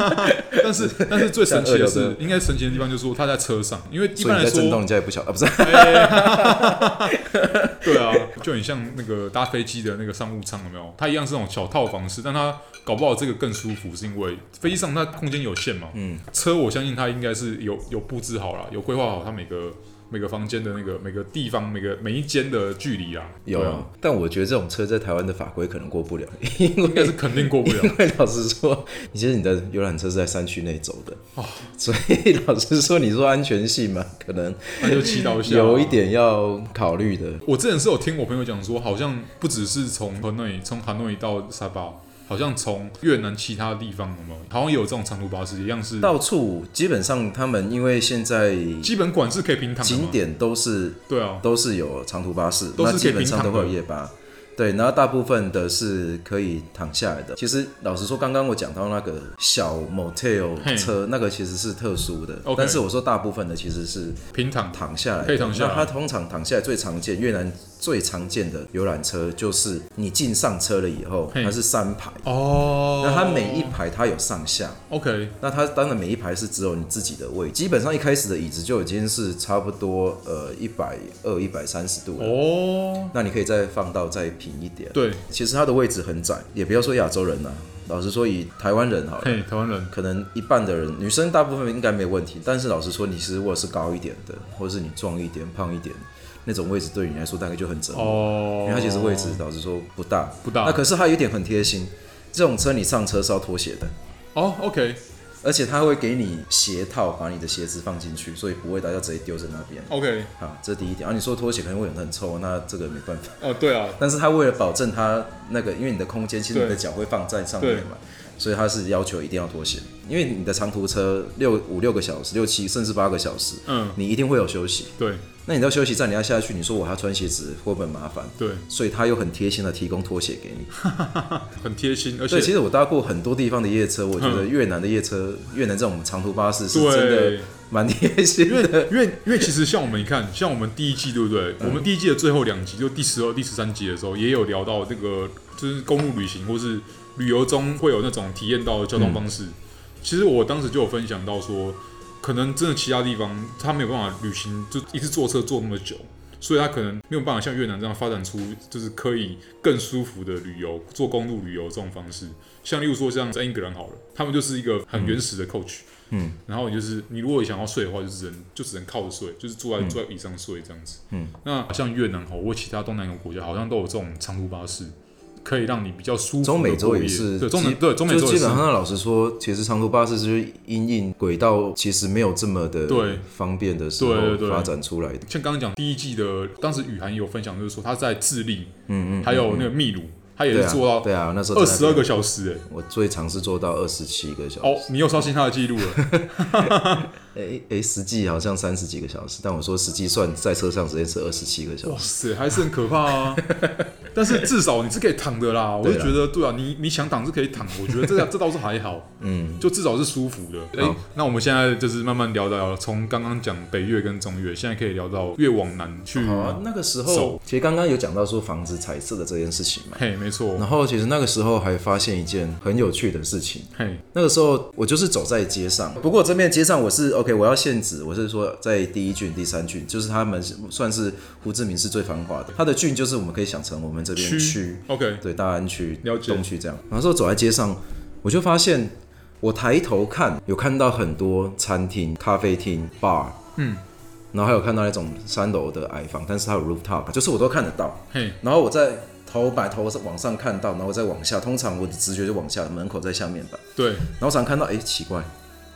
[SPEAKER 1] 但是但是最神奇的
[SPEAKER 2] 像二
[SPEAKER 1] 是，应该神奇的地方就是说它在车上，因为一
[SPEAKER 2] 所以
[SPEAKER 1] 般
[SPEAKER 2] 你
[SPEAKER 1] 来
[SPEAKER 2] 在震
[SPEAKER 1] 说嗯
[SPEAKER 2] 动，人家也不晓得，啊，不是，
[SPEAKER 1] 对啊，就很像那个搭飞机的那个商务舱，有没有？它一样是那种小套房式，但它搞不好这个更舒服，是因为飞机上它空间有限嘛。嗯，车我相信它应该是有有布置好了，有规划好它每个每个房间的那个每个地方每个每一间的距离啦。
[SPEAKER 2] 有、
[SPEAKER 1] 对啊，
[SPEAKER 2] 但我觉得这种车在台湾的法规可能过不了，
[SPEAKER 1] 应 该是肯定过不 了。
[SPEAKER 2] 因为老实说，你其实你的游览车是在山区内走的，
[SPEAKER 1] 哦
[SPEAKER 2] 所以老实说，你说安全性嘛，可能
[SPEAKER 1] 那就祈祷一下，啊
[SPEAKER 2] 有一。点要考虑的。
[SPEAKER 1] 我之前是有听我朋友讲说，好像不只是从河内，从hà nội 到沙巴，好像从越南其他地方有没有？好像也有这种长途巴士，一样是
[SPEAKER 2] 到处基本上他们因为现在
[SPEAKER 1] 基本管是可以平躺的嘛
[SPEAKER 2] 景。点都是
[SPEAKER 1] 对啊，
[SPEAKER 2] 都是有长途巴士，
[SPEAKER 1] 都是可
[SPEAKER 2] 那
[SPEAKER 1] 以
[SPEAKER 2] 基本
[SPEAKER 1] 平
[SPEAKER 2] 上
[SPEAKER 1] 躺
[SPEAKER 2] 都会有
[SPEAKER 1] 的
[SPEAKER 2] 夜巴。对，然后大部分的是可以躺下来的。其实老实说，刚刚我讲到那个小 motel
[SPEAKER 1] 嘿
[SPEAKER 2] 车，那个其实是特殊的。
[SPEAKER 1] OK
[SPEAKER 2] 但是我说大部分的其实是
[SPEAKER 1] 平躺
[SPEAKER 2] 躺下来的，
[SPEAKER 1] 可以躺下来
[SPEAKER 2] 那它通常躺下来最常见，越南最常见的游览车就是你进上车了以后，
[SPEAKER 1] 嘿
[SPEAKER 2] 它是三排，
[SPEAKER 1] 哦。
[SPEAKER 2] 那它每一排它有上下，
[SPEAKER 1] OK，
[SPEAKER 2] 那它当然每一排是只有你自己的位，基本上一开始的椅子就已经是差不多呃一百二、一百三十度了。
[SPEAKER 1] 哦，
[SPEAKER 2] 那你可以再放到再平一点。，
[SPEAKER 1] 对，
[SPEAKER 2] 其实它的位置很窄，也不要说亚洲人啦、啊老实说以台湾人好了，
[SPEAKER 1] 嘿，台湾人，
[SPEAKER 2] 可能一半的人，女生大部分应该没问题。但是老实说，你是如果是高一点的，或者是你壮一点、胖一点，那种位置对你来说大概就很折磨，
[SPEAKER 1] 哦，啊
[SPEAKER 2] 因为它其实位置老实说不大。
[SPEAKER 1] 不大
[SPEAKER 2] 那可是它有一点很贴心，这种车你上车是要脱鞋的，
[SPEAKER 1] 哦，OK，
[SPEAKER 2] 而且它会给你鞋套，把你的鞋子放进去，所以不会大家直接丢在那边。
[SPEAKER 1] OK，
[SPEAKER 2] 好，这第一点。啊，你说拖鞋可能会有人很臭，那这个没办法。
[SPEAKER 1] 哦，对啊，
[SPEAKER 2] 但是它为了保证它那个，因为你的空间，其实
[SPEAKER 1] 对
[SPEAKER 2] 你的脚会放在上面嘛，所以它是要求一定要拖鞋，因为你的长途车六五六个小时、六七甚至八个小时，
[SPEAKER 1] 嗯，
[SPEAKER 2] 你一定会有休息。
[SPEAKER 1] 对
[SPEAKER 2] 那你到休息站你要下去，你说我还要穿鞋子，会不会很麻烦？
[SPEAKER 1] 对，
[SPEAKER 2] 所以他又很贴心的提供拖鞋给 你。
[SPEAKER 1] 很贴心，而且
[SPEAKER 2] 对，其实我搭过很多地方的夜车，我觉得越南的夜车，越南这种长途巴士是真的
[SPEAKER 1] 嗯对，
[SPEAKER 2] 蛮贴心
[SPEAKER 1] 因为嗯
[SPEAKER 2] 的。
[SPEAKER 1] 因为因为其实像我们你看，像我们第一季对不对？我们第一季的最后两集，就第十二、第十三集的时候，也有聊到那个就是公路旅行或是旅游中会有那种体验到的交通方式。其实我当时就有分享到说，可能真的其他地方他没有办法旅行，就一直坐车坐那么久。所以他可能没有办法像越南这样发展出，就是可以更舒服的旅游，做公路旅游这种方式。像例如说像在英格兰好了，他们就是一个很原始的 coach，
[SPEAKER 2] 嗯，
[SPEAKER 1] 然后你就是你如果想要睡的话，就只能就只能靠着睡，就是坐在、坐在椅上睡这样子，
[SPEAKER 2] 嗯，
[SPEAKER 1] 那像越南好，或其他东南亚国家好像都有这种长途巴士，可以让你比较舒服。
[SPEAKER 2] 中美洲也是，
[SPEAKER 1] 对中南
[SPEAKER 2] 基
[SPEAKER 1] 对中美洲
[SPEAKER 2] 就
[SPEAKER 1] 也
[SPEAKER 2] 基
[SPEAKER 1] 是
[SPEAKER 2] 本，上老实说，其实长途巴士就是因应轨道其实没有这么的
[SPEAKER 1] 对
[SPEAKER 2] 方便的时候
[SPEAKER 1] 对对对
[SPEAKER 2] 发展出来的。
[SPEAKER 1] 像刚刚讲第一季的，当时雨涵也有分享，就是说他在智利，
[SPEAKER 2] 嗯嗯，
[SPEAKER 1] 还有那个秘鲁，他也
[SPEAKER 2] 对
[SPEAKER 1] 是
[SPEAKER 2] 啊
[SPEAKER 1] 做到
[SPEAKER 2] 对啊，那时候
[SPEAKER 1] 二
[SPEAKER 2] 在那
[SPEAKER 1] 十
[SPEAKER 2] 边
[SPEAKER 1] 二个，小时、欸，
[SPEAKER 2] 我最长是做到二十七个小时。
[SPEAKER 1] 哦，你又刷新他的记录 了。
[SPEAKER 2] 诶诶，实际好像三十几个小时，但我说实际算在车上时间是二十七个小
[SPEAKER 1] 哇
[SPEAKER 2] 时。
[SPEAKER 1] 塞，还是很可怕 啊！但是至少你是可以躺的啦，我就
[SPEAKER 2] 对啊
[SPEAKER 1] 觉得对啊，你你想躺是可以躺，我觉得这 这倒是还好，
[SPEAKER 2] 嗯，
[SPEAKER 1] 就至少是舒服的。哎、
[SPEAKER 2] 好
[SPEAKER 1] 那我们现在就是慢慢聊聊，从刚刚讲北越跟中越，现在可以聊到越往南去。
[SPEAKER 2] 好啊，那个时候
[SPEAKER 1] 手
[SPEAKER 2] 其实刚刚有讲到说房子彩色的这件事情嘛，
[SPEAKER 1] 嘿，没错，
[SPEAKER 2] 然后其实那个时候还发现一件很有趣的事情。
[SPEAKER 1] 嘿，
[SPEAKER 2] 那个时候我就是走在街上，不过这边街上我是 OK，我要限制，我是说在第一郡、第三郡，就是他们是算是胡志明市最繁华的，它的郡就是我们可以想成我们这边区，
[SPEAKER 1] ，OK，
[SPEAKER 2] 对，大安区、
[SPEAKER 1] 了解
[SPEAKER 2] 东区这样。然后说走在街上，我就发现我抬头看，有看到很多餐厅、咖啡厅、bar，
[SPEAKER 1] 嗯，
[SPEAKER 2] 然后还有看到那种三楼的矮房，但是它有 rooftop，就是我都看得到。
[SPEAKER 1] 嘿，
[SPEAKER 2] 然后我在头把头往上看到，然后再往下，通常我的直觉就往下，门口在下面吧。
[SPEAKER 1] 对，
[SPEAKER 2] 然后常看到，哎、奇怪，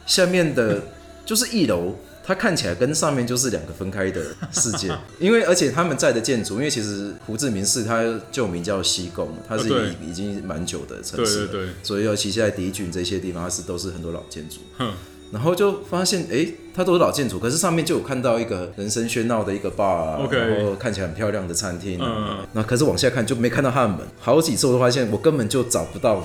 [SPEAKER 2] 下面 的就是一楼，它看起来跟上面就是两个分开的世 界。因为而且他们在的建筑，因为其实胡志明市它旧名叫西贡，它是
[SPEAKER 1] 啊对
[SPEAKER 2] 已已经蛮久的城
[SPEAKER 1] 对
[SPEAKER 2] 市
[SPEAKER 1] 对
[SPEAKER 2] 了，
[SPEAKER 1] 对，
[SPEAKER 2] 所以尤其现在迪郡这些地方，它是都是很多老建筑。
[SPEAKER 1] 哼，
[SPEAKER 2] 然后就发现，哎、它都是老建筑，可是上面就有看到一个人声喧闹的一个 bar，、啊
[SPEAKER 1] OK
[SPEAKER 2] 然后看起来很漂亮的餐厅、啊，
[SPEAKER 1] 嗯
[SPEAKER 2] 那、可是往下看就没看到它的门，好几次我都发现我根本就找不到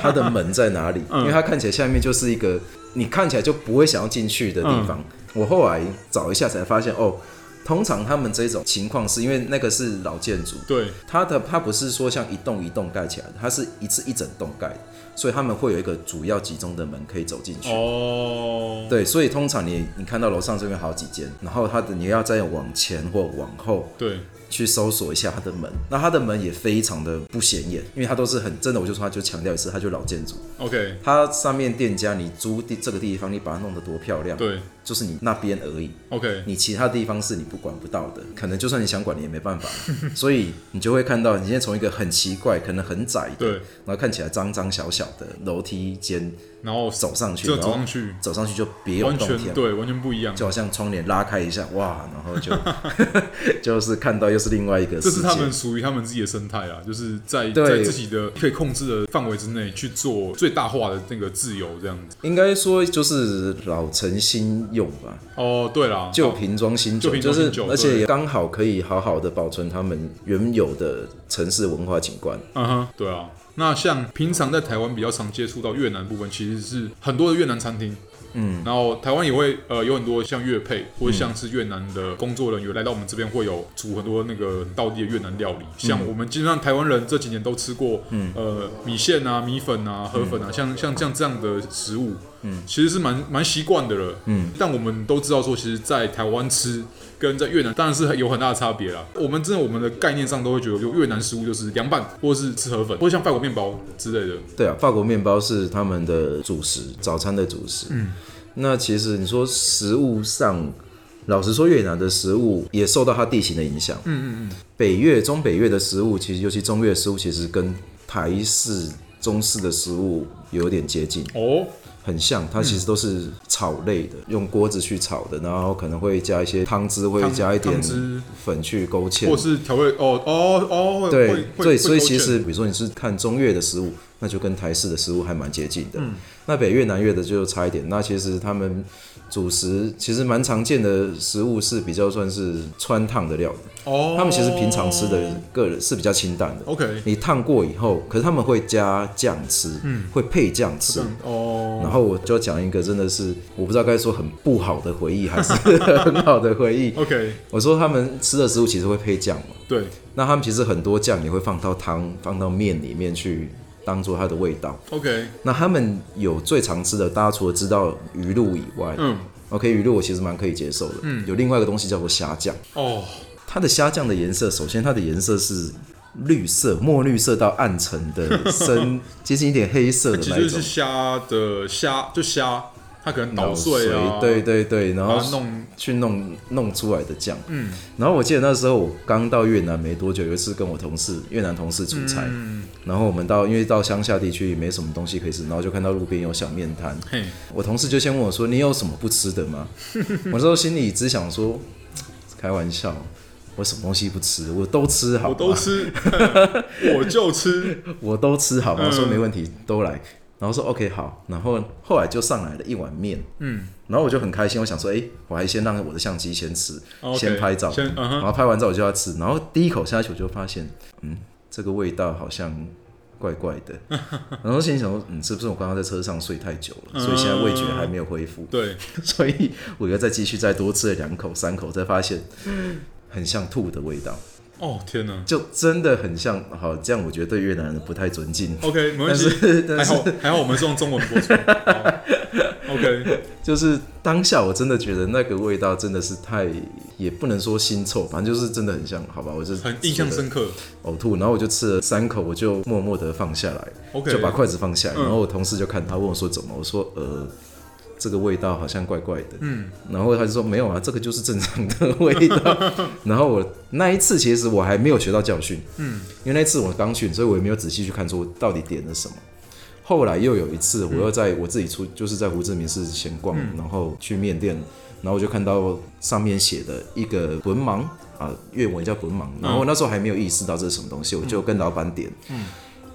[SPEAKER 2] 它的门在哪里，
[SPEAKER 1] 嗯
[SPEAKER 2] 因为它看起来下面就是一个你看起来就不会想要进去的地
[SPEAKER 1] 嗯
[SPEAKER 2] 方。我后来找一下才发现，哦，通常他们这种情况是因为那个是老建筑，
[SPEAKER 1] 对，
[SPEAKER 2] 它的它不是说像一栋一栋盖起来的，它是一次一整栋盖的，所以他们会有一个主要集中的门可以走进去。
[SPEAKER 1] 哦，
[SPEAKER 2] 对，所以通常你你看到楼上这边好几间，然后它的你要再往前或往后
[SPEAKER 1] 对，
[SPEAKER 2] 去搜索一下它的门，那它的门也非常的不显眼，因为它都是很真的，我就说它就强调一次，它就老建筑，
[SPEAKER 1] ，OK，
[SPEAKER 2] 它上面店家你租地这个地方，你把它弄得多漂亮，
[SPEAKER 1] 对
[SPEAKER 2] 就是你那边而已，
[SPEAKER 1] ，OK，
[SPEAKER 2] 你其他地方是你不管不到的，可能就算你想管你也没办法，所以你就会看到你现在从一个很奇怪，可能很窄
[SPEAKER 1] 对，
[SPEAKER 2] 的，然后看起来脏脏小小的楼梯间
[SPEAKER 1] 然后
[SPEAKER 2] 走上去，哦
[SPEAKER 1] 就
[SPEAKER 2] 然
[SPEAKER 1] 走
[SPEAKER 2] 后
[SPEAKER 1] 上去，
[SPEAKER 2] 走上去就别有
[SPEAKER 1] 完
[SPEAKER 2] 洞
[SPEAKER 1] 全
[SPEAKER 2] 天。
[SPEAKER 1] 对，完全不一样。
[SPEAKER 2] 就好像窗帘拉开一下，哇，然后就 就是看到又是另外一个
[SPEAKER 1] 这
[SPEAKER 2] 世界。
[SPEAKER 1] 是他们属于他们自己的生态啊，就是在在
[SPEAKER 2] 对
[SPEAKER 1] 自己的可以控制的范围之内去做最大化的那个自由这样子。
[SPEAKER 2] 应该说就是老成新用吧，
[SPEAKER 1] 哦，对啦，
[SPEAKER 2] 旧瓶装新酒，
[SPEAKER 1] 旧瓶
[SPEAKER 2] 就
[SPEAKER 1] 装
[SPEAKER 2] 是
[SPEAKER 1] 新酒
[SPEAKER 2] 而且
[SPEAKER 1] 对
[SPEAKER 2] 也刚好可以好好的保存他们原有的城市文化景观。
[SPEAKER 1] 嗯哼，对啊。那像平常在台湾比较常接触到越南部分，其实是很多的越南餐厅。嗯，然后台湾也会呃有很多像越配或者像是越南的工作人员来到我们这边会有煮很多那个道地的越南料理，像我们基本上台湾人这几年都吃过，嗯、呃米线啊、米粉啊、河粉啊，像像像这样的食物，嗯，其实是蛮蛮习惯的了，嗯，但我们都知道说，其实，在台湾吃跟在越南当然是有很大的差别啦。我们真的我们的概念上都会觉得，就越南食物就是凉拌，或是吃河粉，或像法国面包之类的。
[SPEAKER 2] 对啊，法国面包是他们的主食，早餐的主食。嗯，那其实你说食物上，老实说，越南的食物也受到它地形的影响。嗯嗯嗯。北越、中北越的食物，其实尤其中越的食物，其实跟台式中式的食物有点接近，
[SPEAKER 1] 哦，
[SPEAKER 2] 很像，它其实都是炒类的，用锅子去炒的，然后可能会加一些汤汁，会
[SPEAKER 1] 汤
[SPEAKER 2] 加一点
[SPEAKER 1] 汤汁
[SPEAKER 2] 粉去勾芡啊
[SPEAKER 1] 或，是调味哦哦哦， 会
[SPEAKER 2] 对
[SPEAKER 1] 会
[SPEAKER 2] 对，
[SPEAKER 1] 会
[SPEAKER 2] 所以
[SPEAKER 1] 勾
[SPEAKER 2] 其
[SPEAKER 1] 芡
[SPEAKER 2] 实比如说你是看中越的食物，那就跟台式的食物还蛮接近
[SPEAKER 1] 嗯
[SPEAKER 2] 的。那北越南越的就差一点。那其实他们主食其实蛮常见的食物是比较算是川烫的料理，
[SPEAKER 1] 哦，
[SPEAKER 2] 他们其实平常吃的个人是比较清淡的。
[SPEAKER 1] OK
[SPEAKER 2] 你烫过以后，可是他们会加酱吃，
[SPEAKER 1] 嗯
[SPEAKER 2] 会配酱吃
[SPEAKER 1] 这。样哦，
[SPEAKER 2] 然后我就讲一个真的是我不知道该说很不好的回忆还是 很好的回忆。
[SPEAKER 1] OK
[SPEAKER 2] 我说他们吃的食物其实会配酱嘛，
[SPEAKER 1] 对
[SPEAKER 2] 那他们其实很多酱也会放到汤、放到面里面去，当做它的味道。
[SPEAKER 1] OK
[SPEAKER 2] 那他们有最常吃的，大家除了知道鱼露以外、
[SPEAKER 1] 嗯
[SPEAKER 2] o k 鱼露我其实蛮可以接受的。嗯，有另外一个东西叫做虾酱，
[SPEAKER 1] 哦
[SPEAKER 2] 它的虾酱的颜色，首先它的颜色是绿色、墨绿色到暗沉的 深，接近一点黑色的
[SPEAKER 1] 其
[SPEAKER 2] 那
[SPEAKER 1] 实就
[SPEAKER 2] 一
[SPEAKER 1] 是
[SPEAKER 2] 种。
[SPEAKER 1] 虾的虾，就虾，它可能捣碎啊，
[SPEAKER 2] 对，对对，然
[SPEAKER 1] 把
[SPEAKER 2] 后
[SPEAKER 1] 它弄
[SPEAKER 2] 去弄弄出来的酱。嗯，然后我记得那时候我刚到越南没多久，有一次跟我同事越南同事出差，
[SPEAKER 1] 嗯
[SPEAKER 2] 然后我们到因为到乡下地区没什么东西可以吃，然后就看到路边有小面摊，
[SPEAKER 1] 嘿，
[SPEAKER 2] 我同事就先问我说：“你有什么不吃的吗？” 我那时候心里只想说，开玩笑。我什么东西不吃，我都吃好吗，
[SPEAKER 1] 我都 吃，我就吃，
[SPEAKER 2] 我都吃好吗？我说
[SPEAKER 1] 嗯
[SPEAKER 2] 没问题，都来。然后说 OK 好，然后后来就上来了一碗面，
[SPEAKER 1] 嗯，
[SPEAKER 2] 然后我就很开心，我想说，哎，我还先让我的相机先吃
[SPEAKER 1] OK，
[SPEAKER 2] 先拍照，
[SPEAKER 1] 先嗯哼
[SPEAKER 2] 然后拍完照我就要吃，然后第一口下去我就发现，嗯，这个味道好像怪怪 的，然后心里想说，嗯，是不是我刚刚在车上睡太久了，所以现在味觉还没有恢复，
[SPEAKER 1] 嗯对，
[SPEAKER 2] 所以我又再继续再多吃了两口三口，才发现很像吐的味道，
[SPEAKER 1] 哦天哪
[SPEAKER 2] 就真的很像，好，这样我觉得对越南人不太尊敬。
[SPEAKER 1] ，OK 没关
[SPEAKER 2] 但
[SPEAKER 1] 系，
[SPEAKER 2] 是
[SPEAKER 1] 还
[SPEAKER 2] 但是
[SPEAKER 1] 好还好我们是用中文播出好，OK
[SPEAKER 2] 就是当下我真的觉得那个味道真的是太，也不能说腥臭，反正就是真的很像，好吧，我就
[SPEAKER 1] 很印象深刻
[SPEAKER 2] 呕吐，然后我就吃了三口，我就默默的放下来
[SPEAKER 1] ，OK
[SPEAKER 2] 就把筷子放下来，
[SPEAKER 1] 嗯
[SPEAKER 2] 然后我同事就看他问我说怎么，我说呃。这个味道好像怪怪的，嗯，然后他就说没有啊，这个就是正常的 味道。然后我那一次其实我还没有学到教训，嗯，因为那一次我刚去，所以我也没有仔细去看说我到底点了什么。后来又有一次，我又在我自己出，就是在胡志明市闲逛，然后去面店，然后我就看到上面写的一个文盲啊，粤文叫文盲，然后我那时候还没有意识到这是什么东西，我就跟老板点，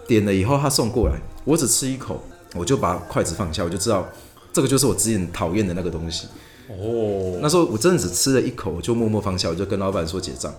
[SPEAKER 2] 点了以后他送过来，我只吃一口，我就把筷子放下，我就知道这个就是我之前讨厌的那个东西。
[SPEAKER 1] 哦，
[SPEAKER 2] 那时候我真的只吃了一口，我就默默放下，我就跟老板说结账，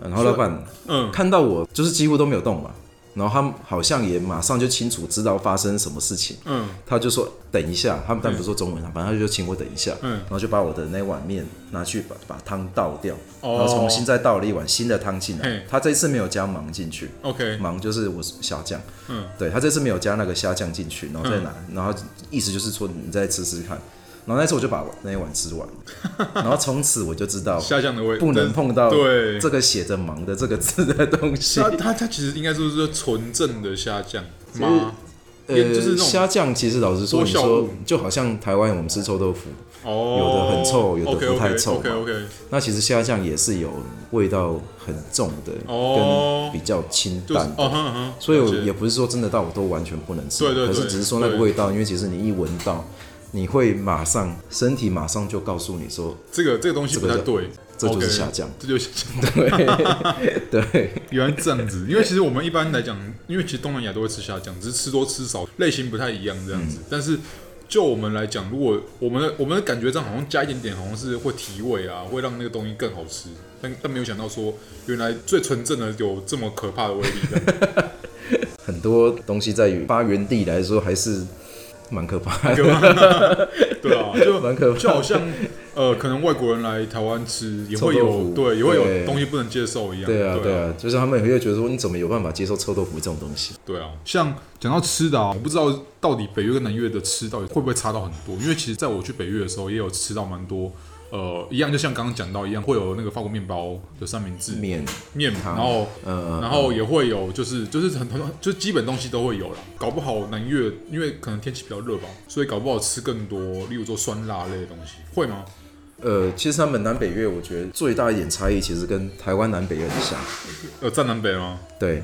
[SPEAKER 2] 呃然后老板
[SPEAKER 1] 嗯
[SPEAKER 2] 看到我就是几乎都没有动嘛，然后他好像也马上就清楚知道发生什么事情，
[SPEAKER 1] 嗯
[SPEAKER 2] 他就说等一下，他们但不是说中文啊，反正他就请我等一下，
[SPEAKER 1] 嗯
[SPEAKER 2] 然后就把我的那碗面拿去把把汤倒掉，然
[SPEAKER 1] 哦
[SPEAKER 2] 后重新再倒了一碗新的汤进来
[SPEAKER 1] 嘿，
[SPEAKER 2] 他这一次没有加芒进去，
[SPEAKER 1] OK
[SPEAKER 2] 芒就是我虾酱，
[SPEAKER 1] 嗯，
[SPEAKER 2] 对他这次没有加那个虾酱进去，然后再拿，然后意思就是说你再吃吃看，然后那次我就把那一碗吃完， 然后从此我就知道
[SPEAKER 1] 下降的味
[SPEAKER 2] 不能碰到
[SPEAKER 1] 对
[SPEAKER 2] 这个写着“芒”的这个字的 东西。
[SPEAKER 1] 它它它其实应该就是说纯正的虾酱
[SPEAKER 2] 实
[SPEAKER 1] 吗？也就是那种
[SPEAKER 2] 呃虾酱其实老实说，
[SPEAKER 1] 多
[SPEAKER 2] 你
[SPEAKER 1] 效
[SPEAKER 2] 说
[SPEAKER 1] 率
[SPEAKER 2] 就好像台湾我们吃臭豆腐，
[SPEAKER 1] 哦，
[SPEAKER 2] 有的很臭有的不太臭
[SPEAKER 1] OK OK，
[SPEAKER 2] 那其实虾酱也是有味道很重的，
[SPEAKER 1] 哦
[SPEAKER 2] 跟比较清
[SPEAKER 1] 就是
[SPEAKER 2] 淡的。
[SPEAKER 1] 哦哼哼，
[SPEAKER 2] 所以我
[SPEAKER 1] 了解
[SPEAKER 2] 也不是说真的到我都完全不能吃，
[SPEAKER 1] 对对对
[SPEAKER 2] 可是只是说那个
[SPEAKER 1] 对
[SPEAKER 2] 味道，因为其实你一闻到，你会马上身体马上就告诉你说
[SPEAKER 1] 这个这个东西不太对，
[SPEAKER 2] 这就是
[SPEAKER 1] OK，
[SPEAKER 2] 下降
[SPEAKER 1] 这就是下降。
[SPEAKER 2] 对，
[SPEAKER 1] 原来这样子，因为其实我们一般来讲，因为其实东南亚都会吃虾酱，只是吃多吃少，类型不太一样这样子。
[SPEAKER 2] 嗯
[SPEAKER 1] 但是就我们来讲，如果我们的我们的感觉上好像加一点点，好像是会提味啊，会让那个东西更好吃。但但没有想到说，原来最纯正的有这么可怕的威力这样。
[SPEAKER 2] 很多东西在于发源地来说还是蛮可怕的，
[SPEAKER 1] 对 啊，就
[SPEAKER 2] 蛮可怕的
[SPEAKER 1] 就好像呃，可能外国人来台湾吃也会
[SPEAKER 2] 臭豆
[SPEAKER 1] 有
[SPEAKER 2] 腐
[SPEAKER 1] 对，也会
[SPEAKER 2] 对
[SPEAKER 1] 有东西不能接受一样。
[SPEAKER 2] 对啊
[SPEAKER 1] 对
[SPEAKER 2] 对啊，就是他们也会觉得说你怎么有办法接受臭豆腐这种东西？
[SPEAKER 1] 对啊，像讲到吃的啊，我不知道到底北越跟南越的吃到底会不会差到很多，因为其实在我去北越的时候，也有吃到蛮多，呃，一样就像刚刚讲到一样，会有那个法国面包的三明治
[SPEAKER 2] 嗯面
[SPEAKER 1] 面，
[SPEAKER 2] 汤
[SPEAKER 1] 然后
[SPEAKER 2] 呃，
[SPEAKER 1] 然后也会有就是就是很很就基本东西都会有啦。搞不好南越因为可能天气比较热吧，所以搞不好吃更多，例如说酸辣类的东西，会吗？
[SPEAKER 2] 呃，其实他们南北越，我觉得最大一点差异其实跟台湾南北越很像，
[SPEAKER 1] 呃，占南北吗？
[SPEAKER 2] 对，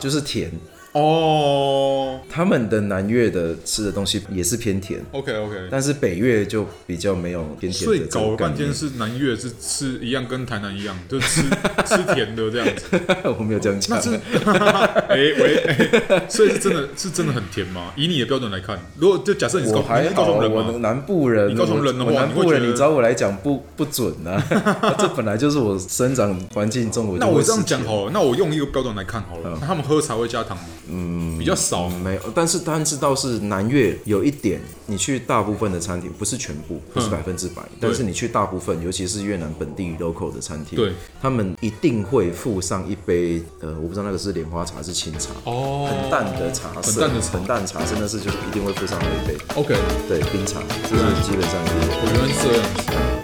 [SPEAKER 2] 就是甜。
[SPEAKER 1] 哦
[SPEAKER 2] 他们的南越的吃的东西也是偏甜，
[SPEAKER 1] ，OK OK，
[SPEAKER 2] 但是北越就比较没有偏甜
[SPEAKER 1] 所
[SPEAKER 2] 的
[SPEAKER 1] 以
[SPEAKER 2] 这
[SPEAKER 1] 搞了
[SPEAKER 2] 种概
[SPEAKER 1] 半天
[SPEAKER 2] 念。
[SPEAKER 1] 是南越是吃一样，跟台南一样，就吃吃甜的这样子。
[SPEAKER 2] 我没有这样
[SPEAKER 1] 那
[SPEAKER 2] 讲，
[SPEAKER 1] 是， 哎、喂、哎所以是真的是真的很甜吗？以你的标准来看，如果就假设你是高
[SPEAKER 2] 我还
[SPEAKER 1] 你是高
[SPEAKER 2] 好，
[SPEAKER 1] 雄人
[SPEAKER 2] 我
[SPEAKER 1] 嘛，
[SPEAKER 2] 南部人，
[SPEAKER 1] 你高雄人的
[SPEAKER 2] 我
[SPEAKER 1] 话
[SPEAKER 2] 我南部
[SPEAKER 1] 你会觉
[SPEAKER 2] 人，
[SPEAKER 1] 得
[SPEAKER 2] 你找我来讲不不准啊， 这本来就是我生长环境中我就
[SPEAKER 1] 那我
[SPEAKER 2] 会
[SPEAKER 1] 这样
[SPEAKER 2] 吃
[SPEAKER 1] 讲好了，那我用一个标准来看好了，
[SPEAKER 2] 嗯
[SPEAKER 1] 那他们喝茶会加糖吗？嗯，比较少。
[SPEAKER 2] 没有，但是但是倒是南越有一点，你去大部分的餐厅，不是全
[SPEAKER 1] 嗯
[SPEAKER 2] 部，不是百分之百，但是你去大部分，尤其是越南本地 local 的餐厅，
[SPEAKER 1] 对，
[SPEAKER 2] 他们一定会附上一杯，呃，我不知道那个是莲花茶还是清茶，
[SPEAKER 1] 哦，
[SPEAKER 2] 很淡的茶色，
[SPEAKER 1] 很淡的茶
[SPEAKER 2] 很淡茶，真的是就是一定会附上那一杯，
[SPEAKER 1] OK，啊
[SPEAKER 2] 对，冰茶，这是基本上一定有。
[SPEAKER 1] 我原来是这样子。